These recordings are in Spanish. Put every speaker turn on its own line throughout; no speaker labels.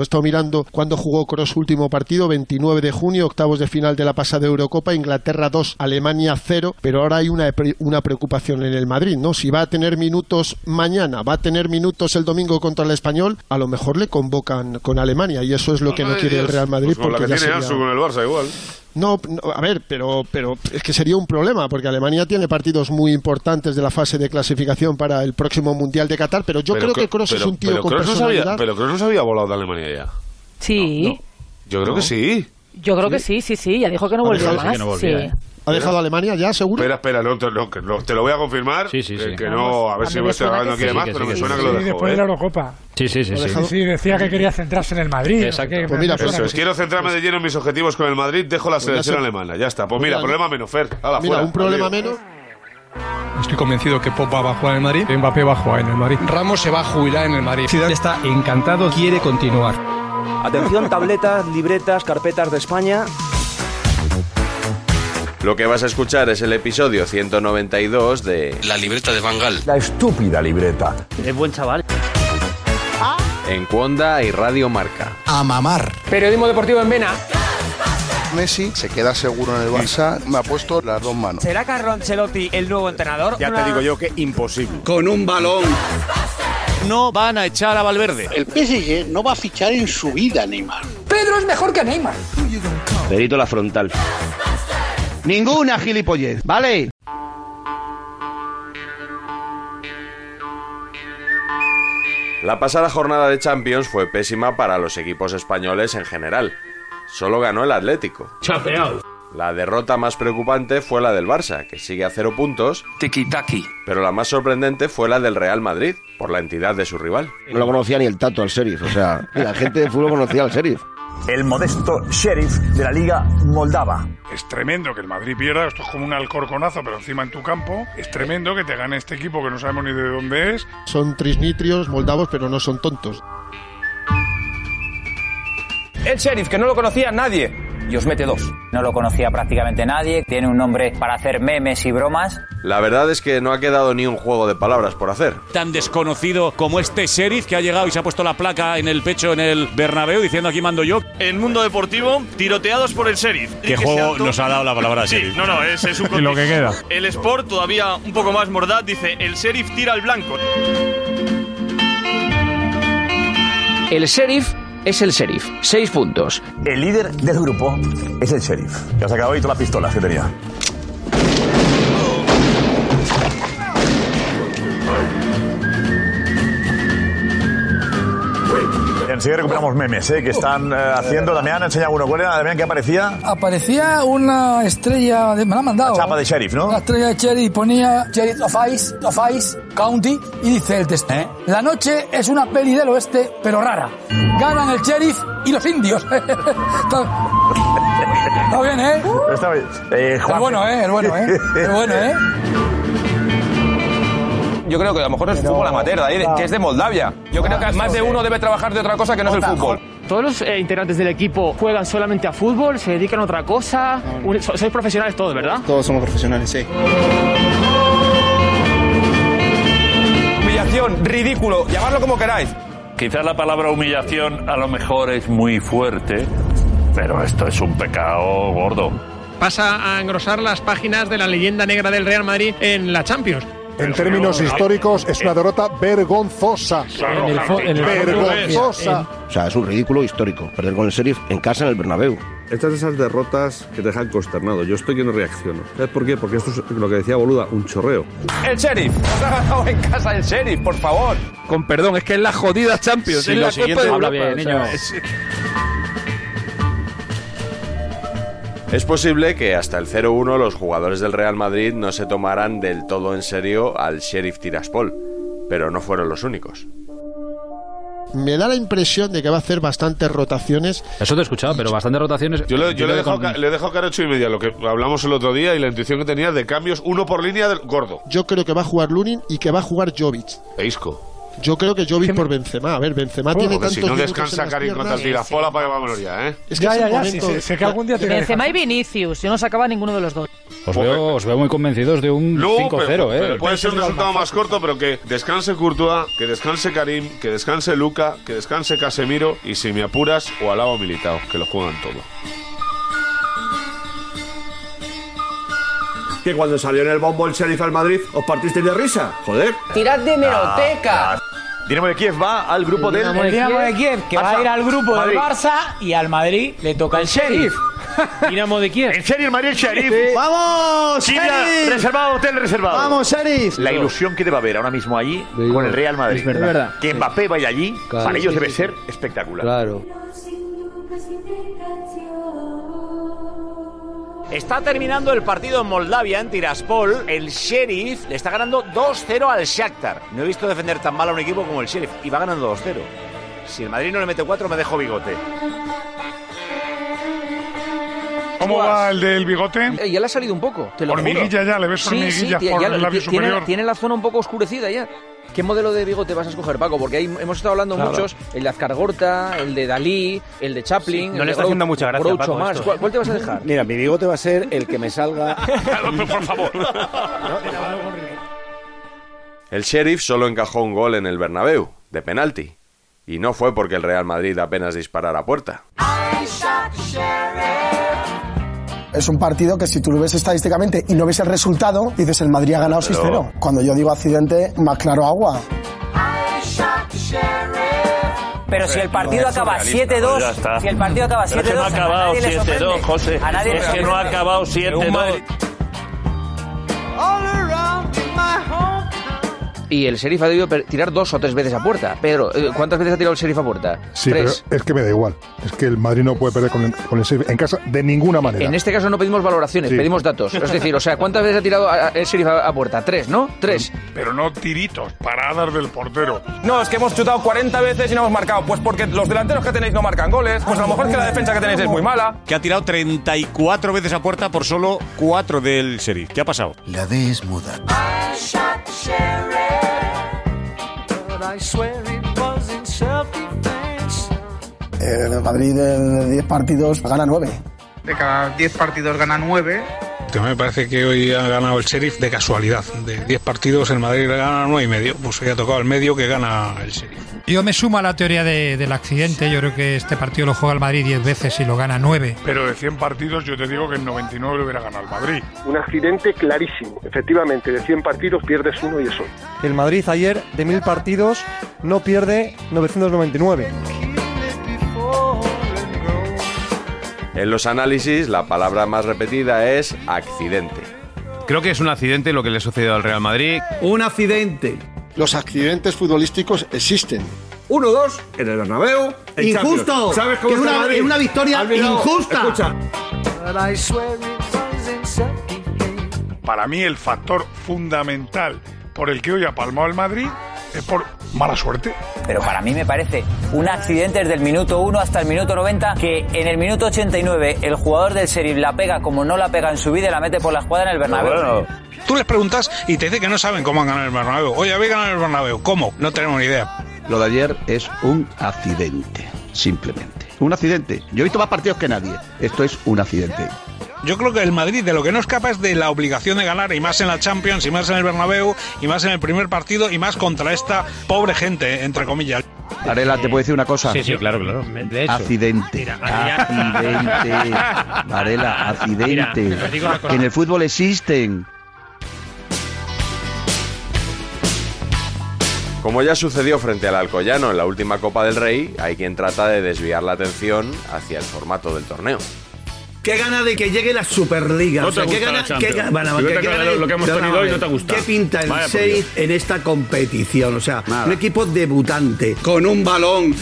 He estado mirando cuándo jugó Cross último partido, 29 de junio, octavos de final de la pasada Eurocopa, Inglaterra 2, Alemania 0, pero ahora hay una, pre- una preocupación en el Madrid, ¿no? Si va a tener minutos mañana, va a tener minutos el domingo contra el Español, a lo mejor le convocan con Alemania y eso es lo que no
Madre
quiere el
Dios.
Real Madrid.
Pues con la
porque
que
ya
tiene
sería- Pues
Ansu con el Barça igual.
no, no, a ver, pero, pero es que sería un problema, porque Alemania tiene partidos muy importantes de la fase de clasificación para el próximo Mundial de Qatar, pero yo creo que Cross es un tío
pero
con
Kroos no
personalidad.
sabía- pero Kroos no se había volado de Alemania ya.
Sí,
Yo creo que sí.
yo creo que sí, sí, sí. Ya dijo que no
Ha
volvió
dejado-
más.
¿eh?
¿eh?
sí.
¿Ha dejado a Alemania ya, seguro?
Espera, espera, no, te, no, que no, te lo voy a confirmar.
Sí, sí,
que-
sí.
Que
Vamos,
no, a ver
a
si
mí
me
me
estoy
suena
hablando
que
aquí de
sí,
más,
que
pero
sí,
me
que
suena
sí.
que lo
Y
dejó.
después de la
¿eh?
Eurocopa. Pues
Sí, sí, sí.
Lo
sí.
dejado-
Sí, decía que quería centrarse en el Madrid.
Exacto.
no sé qué,
Pues
me-
mira,
me
pues
suena
Eso
que
es,
sí.
quiero centrarme de lleno en mis objetivos con el Madrid, dejo la selección
se-
alemana, ya está. Pues
Pues
mira,
ya se-
problema menos, Fer. Hala,
Mira,
fuera,
un problema
adiós.
menos.
Estoy convencido que Pop va a jugar en el Madrid, Mbappé va a jugar en el Madrid, Ramos se va a jubilar en el Madrid. Ciudad está encantado, quiere continuar.
Atención, tabletas, libretas, carpetas de España.
Lo que vas a escuchar es el episodio 192 de La libreta de Bangal.
La estúpida libreta.
Es buen chaval.
En Cuonda y Radio Marca.
Periodismo deportivo en Vena.
Messi se queda seguro en el Barça. Me ha puesto las dos manos.
¿Será Carlo Ancelotti el nuevo entrenador?
Ya te digo yo que imposible.
Con un balón.
No van a echar a Valverde.
El PSG no va a fichar en su vida, Neymar.
Pedro es mejor que Neymar.
Perito la frontal. Ninguna gilipollez, ¿vale?
La pasada jornada de Champions fue pésima para los equipos españoles en general. Solo ganó el Atlético.
Chapeado.
La derrota más preocupante fue la del Barça, que sigue a cero puntos,
Tiki-taki.
pero la más sorprendente fue la del Real Madrid, por la entidad de su rival.
No lo conocía ni el tato al sheriff. O sea, la gente de fútbol conocía al sheriff.
El modesto sheriff de la Liga Moldava.
Es tremendo que el Madrid pierda, esto es como un alcorconazo, pero encima en tu campo. Es tremendo que te gane este equipo que no sabemos ni de dónde es.
Son trisnitrios, moldavos, pero no son tontos.
El sheriff que no lo conocía nadie. Y os mete dos. No lo conocía prácticamente nadie. Tiene un nombre para hacer memes y bromas.
La verdad es que no ha quedado ni un juego de palabras por hacer.
Tan desconocido como este sheriff que ha llegado y se ha puesto la placa en el pecho en el Bernabéu diciendo aquí mando yo.
En mundo deportivo, tiroteados por el sheriff.
¿Qué juego nos ha dado la palabra sheriff?
No, no, es, es un
Y lo que queda.
El Sport, todavía un poco más mordaz, dice: el sheriff tira al blanco. El sheriff es el sheriff. Seis puntos. El líder del grupo es el sheriff. Que ha sacado hoy todas las pistolas que tenía. Enseguida recuperamos memes
Oh.
¿eh? que están eh, haciendo. Damián enseña uno. ¿Cuál era, Damián, que aparecía?
Aparecía una estrella, de, me la han mandado.
Chapa de sheriff, ¿no?
La estrella de Cherry ponía Cherry of Ice, of Ice County y dice el texto.
¿Eh?
La noche es una peli del oeste, pero rara. Ganan el sheriff y los indios. está, está bien, ¿eh?
Está bien. Eh,
El
Juan-
bueno, ¿eh? El bueno, ¿eh? El bueno, ¿eh?
Yo creo que a lo mejor es fútbol amateur, de ahí, de- que es de Moldavia. Yo creo que más de uno debe trabajar de otra cosa que no es el fútbol.
Todos los eh, integrantes del equipo juegan solamente a fútbol, se dedican a otra cosa. sois profesionales todos, ¿verdad?
Todos somos profesionales, sí.
Humillación, ridículo, llamadlo como queráis.
Quizás la palabra humillación a lo mejor es muy fuerte, pero esto es un pecado gordo. Pasa a engrosar las páginas de la leyenda negra del Real Madrid en la Champions.
En términos históricos, es una derrota vergonzosa.
eh, En el fo- en el fondo-
vergonzosa.
O sea, es un ridículo histórico. Perder con el Sheriff en casa en el Bernabéu.
Estas esas derrotas que te dejan consternado. Yo estoy que no reacciono. ¿Sabes por qué? Porque esto es lo que decía Boluda, un chorreo.
El sheriff. Nos ha ganado en casa el sheriff, por favor.
Con perdón, es que es la jodida Champions.
Sí,
es
lo
la Copa
siguiente
de
habla
Europa,
bien,
o sea,
niño.
es-
Es posible que hasta el 0-1 los jugadores del Real Madrid no se tomaran del todo en serio al Sheriff Tiraspol, pero no fueron los únicos.
Me da la impresión de que va a hacer bastantes rotaciones.
Eso te he escuchado, pero bastantes rotaciones.
Yo le, yo le he
creo que
dejado
con-
ca- le he dejado caer ocho y media, lo que hablamos el otro día y la intuición que tenía de cambios, uno por línea del gordo.
Yo creo que va a jugar Lunin y que va a jugar Jovic.
E Isco.
Yo creo que Jovic por Benzema. A ver, Benzema
Porque
tiene tantos
si no
minutos en
descansa
las
Karim contra
piernas.
el Tirafola, para que vámonos ya, ¿eh?
Es
Ya, ya, ya,
sí, sí, sé que algún día tiene que
Benzema y Vinicius. Yo no sacaba ninguno de los dos.
Os veo, os veo muy convencidos de un
No,
5-0,
pero-
¿eh?
pero puede ser un resultado más corto, pero que descanse Courtois, que descanse Karim, que descanse Luca, que descanse Casemiro y si me apuras, o alabo militado, que lo juegan todo.
Que cuando salió en el bombo el sheriff al Madrid, os partisteis de risa. Joder.
Tirad de hemeroteca.
Ah, Dinamo de Kiev va al grupo del...
El Dinamo de Kiev, que va a
Barça.
ir al grupo
Madrid.
del Barça y al Madrid le toca el Sheriff. Dinamo de Kiev. El
Sheriff, Madrid, el Sheriff.
¡Vamos!
Kibia, reservado, hotel reservado.
Vamos, Sheriff.
La ilusión que debe haber ahora mismo allí con el Real Madrid.
Es verdad. Es verdad.
Que Mbappé vaya allí,
Claro,
para ellos
sí,
debe
sí,
ser espectacular.
Claro.
Está terminando el partido en Moldavia, en Tiraspol. El Sheriff le está ganando 2-0 al Shakhtar. No he visto defender tan mal a un equipo como el Sheriff. Y va ganando 2-0. Si el Madrid no le mete 4, me dejo bigote.
¿Cómo va el del bigote?
Eh, ya le ha salido un poco. Te lo
Hormiguilla
juro.
ya, le ves
sí, sí,
hormiguilla
tie-
por
ya
el
lo-
labio
ti- tiene,
superior.
tiene la zona un poco oscurecida ya. ¿Qué modelo de bigote vas a escoger, Paco? Porque ahí hemos estado hablando
Nada.
muchos, el de Azcargorta, el de Dalí, el de Chaplin.
Sí, no
el
le
de
está
Groucho-
haciendo mucha gracia,
Groucho
Paco,
Marx.
esto.
¿Cuál, cuál te vas a dejar?
Mira, mi bigote va a ser el que me salga.
por favor.
El Sheriff solo encajó un gol en el Bernabéu, de penalti, y no fue porque el Real Madrid apenas disparara a puerta.
Es un partido que si tú lo ves estadísticamente y no ves el resultado, dices el Madrid ha ganado
Pero-
6-0. Cuando yo digo accidente, más claro agua.
Pero si el partido
No,
acaba
es surrealista.
Pues ya
7-2,
está.
si el partido acaba 7-2,
Pero es que no ha
a nadie
acabado
le
7-2,
sorprende.
José.
A nadie le
Es que no ha
sorprende.
acabado
Pero un
7-2.
Madrid-
Y el sheriff ha debido per- tirar dos o tres veces a puerta. Pedro, eh, ¿cuántas veces ha tirado el sheriff a puerta?
Sí, pero
tres.
es que me da igual. Es que el Madrid no puede perder con el, con el Sheriff en casa de ninguna manera.
En este caso no pedimos valoraciones,
Sí.
pedimos datos. Es decir, o sea, ¿cuántas veces ha tirado a- a- el sheriff a, a puerta? Tres, ¿no? Tres.
Pero no tiritos, paradas del portero.
No, es que hemos chutado 40 veces y no hemos marcado. Pues porque los delanteros que tenéis no marcan goles. Pues a lo mejor que la defensa que tenéis es muy mala.
Que ha tirado 34 veces a puerta por solo 4 del sheriff. ¿Qué ha pasado?
La D es muda.
El Eh, Madrid de 10 partidos gana 9.
De cada 10 partidos gana 9.
Me parece que hoy ha ganado el Sheriff de casualidad. De 10 partidos, el Madrid gana 9 y medio. Pues hoy ha tocado el medio que gana el Sheriff.
Yo me sumo a la teoría de- del accidente. Yo creo que este partido lo juega el Madrid 10 veces y lo gana 9.
Pero de 100 partidos yo te digo que en 99 lo hubiera ganado el Madrid.
Un accidente clarísimo. Efectivamente, de 100 partidos pierdes uno y eso.
El Madrid ayer, de mil partidos, no pierde 999.
En los análisis, la palabra más repetida es accidente.
Creo que es un accidente lo que le ha sucedido al Real Madrid.
Un accidente. Los accidentes futbolísticos existen.
Uno, dos. En el Bernabéu. en
Injusto.
Champions. ¿Sabes cómo
Que
está
una-
Madrid?
es una victoria
Ha olvidado-
injusta.
Escucha,
Para mí el factor fundamental por el que hoy ha palmado el Madrid es por mala suerte.
Pero para mí me parece un accidente desde el minuto 1 hasta el minuto 90 que en el minuto 89 el jugador del Sheriff la pega como no la pega en su vida y la mete por la escuadra en el Bernabéu.
Tú les preguntas y te dice que no saben cómo han ganado el Bernabéu. Oye, habéis ganado el Bernabéu. ¿Cómo? No tenemos ni idea.
Lo de ayer es un accidente, simplemente. Un accidente. Yo he visto más partidos que nadie. Esto es un accidente.
Yo creo que el Madrid de lo que no escapa es de la obligación de ganar, y más en la Champions, y más en el Bernabéu, y más en el primer partido, y más contra esta pobre gente, entre comillas.
Arela, ¿te puedo decir una cosa? Mm,
Sí, sí, claro, claro. De hecho.
Accidente. accidente. Varela, accidente.
Mira, te digo una cosa.
en el fútbol existen.
Como ya sucedió frente al Alcoyano en la última Copa del Rey, hay quien trata de desviar la atención hacia el formato del torneo.
Qué gana de que llegue la Superliga.
No
o sea,
te
qué
gusta
gana,
la Champions.
qué ga- bueno,
Si no
qué
te
gana
acaba
de-
lo que hemos tenido hoy, no te gusta.
¿Qué pinta el
Vaya por
6 en esta competición? O sea, un equipo debutante con un balón.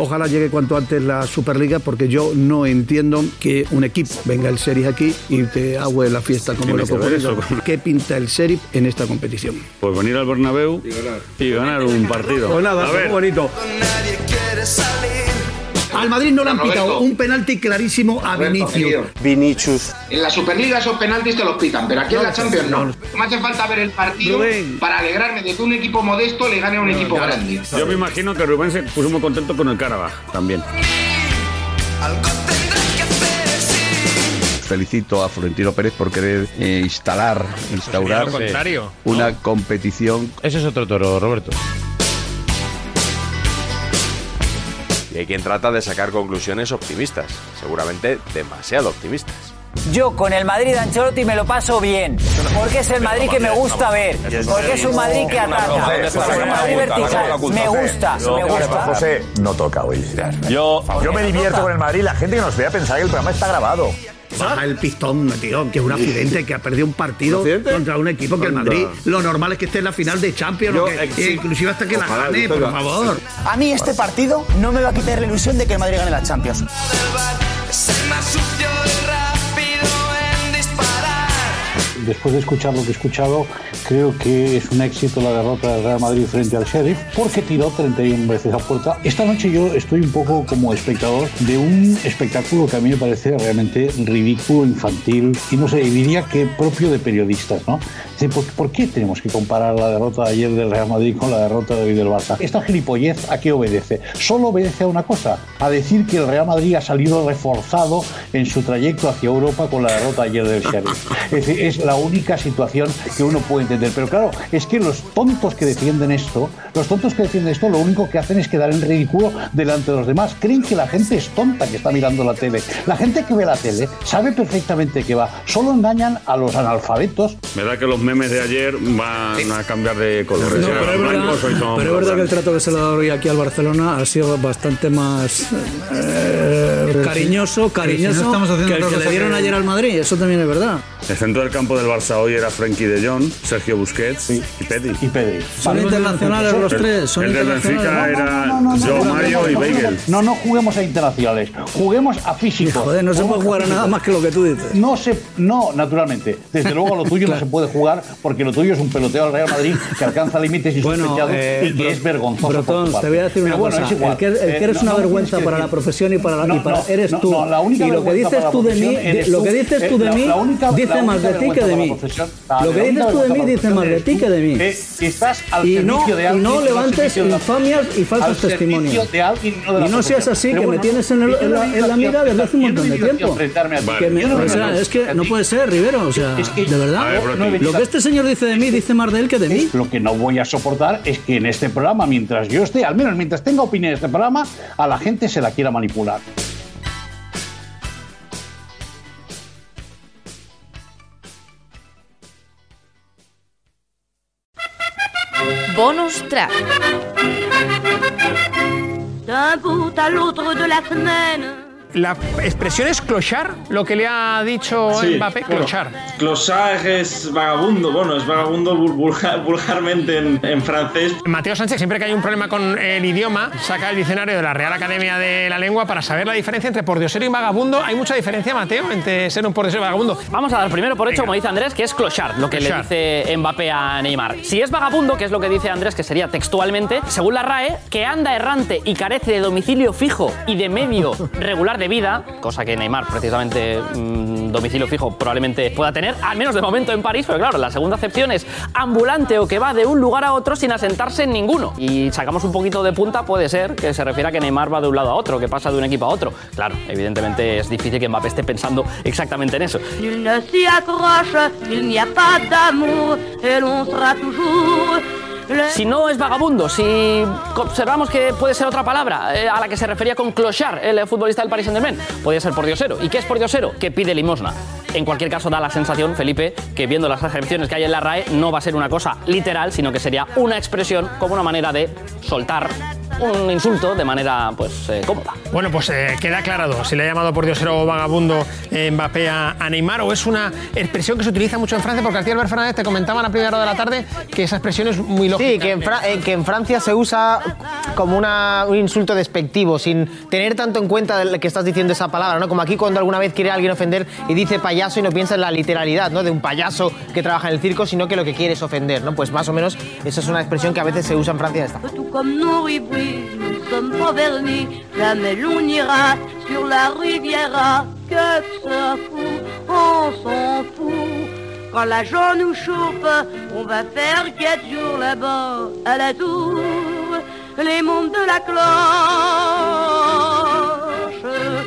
Ojalá llegue cuanto antes la Superliga porque yo no entiendo que un equipo venga el Series aquí y te agüe la fiesta como
Tiene
lo
que ver eso.
¿Qué pinta el Series en esta competición?
Pues venir al Bernabéu y ganar un partido.
Pues nada,
A ver,
muy bonito. Al Madrid no le han
Roberto.
pitado un penalti clarísimo a
Roberto, querido.
Vinicius. Vinicius.
En la Superliga esos penaltis te los pitan, pero aquí en la Champions no. No me hace falta ver el partido
Rubén.
para alegrarme de que un equipo modesto le gane a un equipo grande.
yo me imagino que Rubén se puso muy contento con el Carabaj también.
Felicito a Florentino Pérez por querer eh, instalar, instaurar
lo contrario,
una competición. Ese es otro toro, Roberto.
Y hay quien trata de sacar conclusiones optimistas, seguramente demasiado optimistas.
Yo con el Madrid de Ancelotti me lo paso bien, porque es el Madrid que me gusta ver, porque es un Madrid que ataca, es un Madrid vertical, me gusta, me gusta.
José, no toca hoy. Yo, yo me divierto con el Madrid. La gente que nos vea pensar que el programa está grabado.
Baja el pistón, tío, que es un accidente, que ha perdido un partido contra un equipo que el Madrid. Lo normal es que esté en la final de Champions,
Yo,
o que-
eh, sí.
inclusive hasta que la gane, por favor.
A mí este partido no me va a quitar la ilusión de que el Madrid gane la Champions.
Después de escuchar lo que he escuchado, creo que es un éxito la derrota del Real Madrid frente al Sheriff, porque tiró 31 veces a puerta. Esta noche yo estoy un poco como espectador de un espectáculo que a mí me parece realmente ridículo, infantil y no sé, y diría que propio de periodistas, ¿no? Es decir, ¿por, por qué tenemos que comparar la derrota de ayer del Real Madrid con la derrota de hoy del Barça? Esta gilipollez, ¿a qué obedece? Solo obedece a una cosa, a decir que el Real Madrid ha salido reforzado en su trayecto hacia Europa con la derrota ayer del Sheriff. Es, decir, es la única situación que uno puede entender. Pero claro, es que los tontos que defienden esto, los tontos que defienden esto, lo único que hacen es quedar en ridículo delante de los demás. Creen que la gente es tonta que está mirando la tele. La gente que ve la tele sabe perfectamente que va. Solo engañan a los analfabetos
Me da que los memes de ayer van a cambiar de colores. Ya, blancos hoy son
Pero es verdad que el
blancos.
trato que se le ha dado hoy aquí al Barcelona ha sido bastante más eh, cariñoso,
si no
cariñoso
estamos haciendo
que el
otra
que le
cosa
dieron
que-
ayer al Madrid. Eso también es verdad.
El centro del campo del Barça hoy era Frenkie de Jong, Sergio Busquets y Pedri. Y
Pedri.
Son internacionales los tres. Son
el del
internacionales.
Benfica era
No, no, no,
Joe
no,
Mario
no,
y
no,
Beigel.
No, no juguemos a internacionales, juguemos a físicos.
Joder, no se puede jugar a nada más que lo que tú dices.
No se, no, naturalmente. Desde luego a lo tuyo no se puede jugar porque lo tuyo es un peloteo al Real Madrid que alcanza límites insospechados
eh,
y que
Bro-
es vergonzoso. por tu
Brotón,
parte.
te voy a decir
Pero
una
Ah, bueno,
cosa.
es igual.
El que, el que
Eh,
eres
no-
una
no
vergüenza
tienes que
para la
decir-
profesión y para, la-
No,
y para-
no,
eres
no,
tú.
no, la única
y lo que
vergüenza
dices
para la
tú de mí,
profesión eres
di- lo
tú.
que dices tú
Eh,
de
la-
mí,
la única- la
dice más
única
de ti que
vergüenza
de
para la
mí.
profesión- Ah,
Lo que
la única
dices tú de
vergüenza
mí,
para la
dice más de
profesión
ti que de mí.
es- estás al
Y no,
servicio de
y
alguien,
no
al
levantes
servicio de la-
infamias y
al
falsos
servicio
testimonios.
de alguien y no de la
y no seas
profesión.
así,
Pero
que me
bueno,
tienes en, el-
yo no
en la,
digo
en la
que-
mira desde hace un
yo no
montón de
digo que
tiempo.
enfrentarme a ti.
Que me-
Yo no
o
digo
sea,
que-
es que no puede ser, Rivero. O sea,
Es que-
de
A
verdad,
ver, Broti.
lo que este señor dice de mí dice más de él que de mí.
Lo que no voy a soportar es que en este programa, mientras yo esté, al menos mientras tenga opinión de este programa, a la gente se la quiera manipular.
Bonus track. D'un bout à l'autre de la semaine. La expresión es clochar, lo que le ha dicho
Sí,
Mbappé,
bueno,
clochar.
clochar es vagabundo, bueno, es vagabundo vul- vulga- vulgarmente en, en francés.
Mateo Sánchez, siempre que hay un problema con el idioma, saca el diccionario de la Real Academia de la Lengua para saber la diferencia entre pordiosero y vagabundo. Hay mucha diferencia, Mateo, entre ser un pordiosero y vagabundo.
Vamos a dar primero por hecho, como dice Andrés, que es clochar, lo que
Clochar.
le dice Mbappé a Neymar. Si es vagabundo, que es lo que dice Andrés, que sería textualmente, según la RAE, que anda errante y carece de domicilio fijo y de medio regular de vida, cosa que Neymar precisamente mm, domicilio fijo probablemente pueda tener, al menos de momento en París, pero claro, la segunda acepción es ambulante o que va de un lugar a otro sin asentarse en ninguno. Y sacamos un poquito de punta, puede ser que se refiera a que Neymar va de un lado a otro, que pasa de un equipo a otro. Claro, evidentemente es difícil que Mbappé esté pensando exactamente en eso.
Nul ne s'y accroche, il n'y a pas d'amour, et l'on sera toujours
Si no es vagabundo, si observamos que puede ser otra palabra eh, a la que se refería con clochar el futbolista del Paris Saint-Germain, podría ser pordiosero. ¿Y qué es pordiosero? Que pide limosna. En cualquier caso, da la sensación, Felipe, que viendo las descripciones que hay en la RAE, no va a ser una cosa literal, sino que sería una expresión como una manera de soltar un insulto de manera pues eh, cómoda.
Bueno, pues eh, queda aclarado si le ha llamado por diosero o vagabundo eh, Mbappé a, a Neymar o es una expresión que se utiliza mucho en Francia, porque aquí Albert Fernández te comentaba a la primera hora de la tarde que esa expresión es muy lógica.
Sí, que en, Fra- eh, que en Francia se usa como una- un insulto despectivo, sin tener tanto en cuenta el que estás diciendo esa palabra, ¿no? Como aquí cuando alguna vez quiere alguien ofender y dice payaso y no piensa en la literalidad, ¿no? De un payaso que trabaja en el circo, sino que lo que quiere es ofender, ¿no? Pues más o menos esa es una expresión que a veces se usa en Francia esta. Tout comme nos rivets, nous sommes Auvergnats. Jamais l'on ira sur la Riviera. Que ça fout, on s'en fout. Quand la joie nous chauffe, on va faire quatre jours là-bas, à la tour, les mondes de la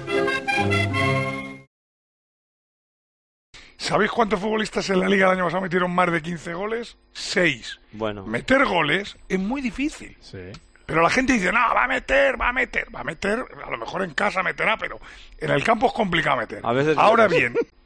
cloche.
¿Sabéis cuántos futbolistas en la liga el año pasado metieron más de 15 goles? Seis.
Bueno.
Meter goles es muy difícil. Pero la gente dice, no, va a meter, va a meter, va a meter. A lo mejor en casa meterá, pero en el campo es complicado meter.
A veces
Ahora
metes.
bien,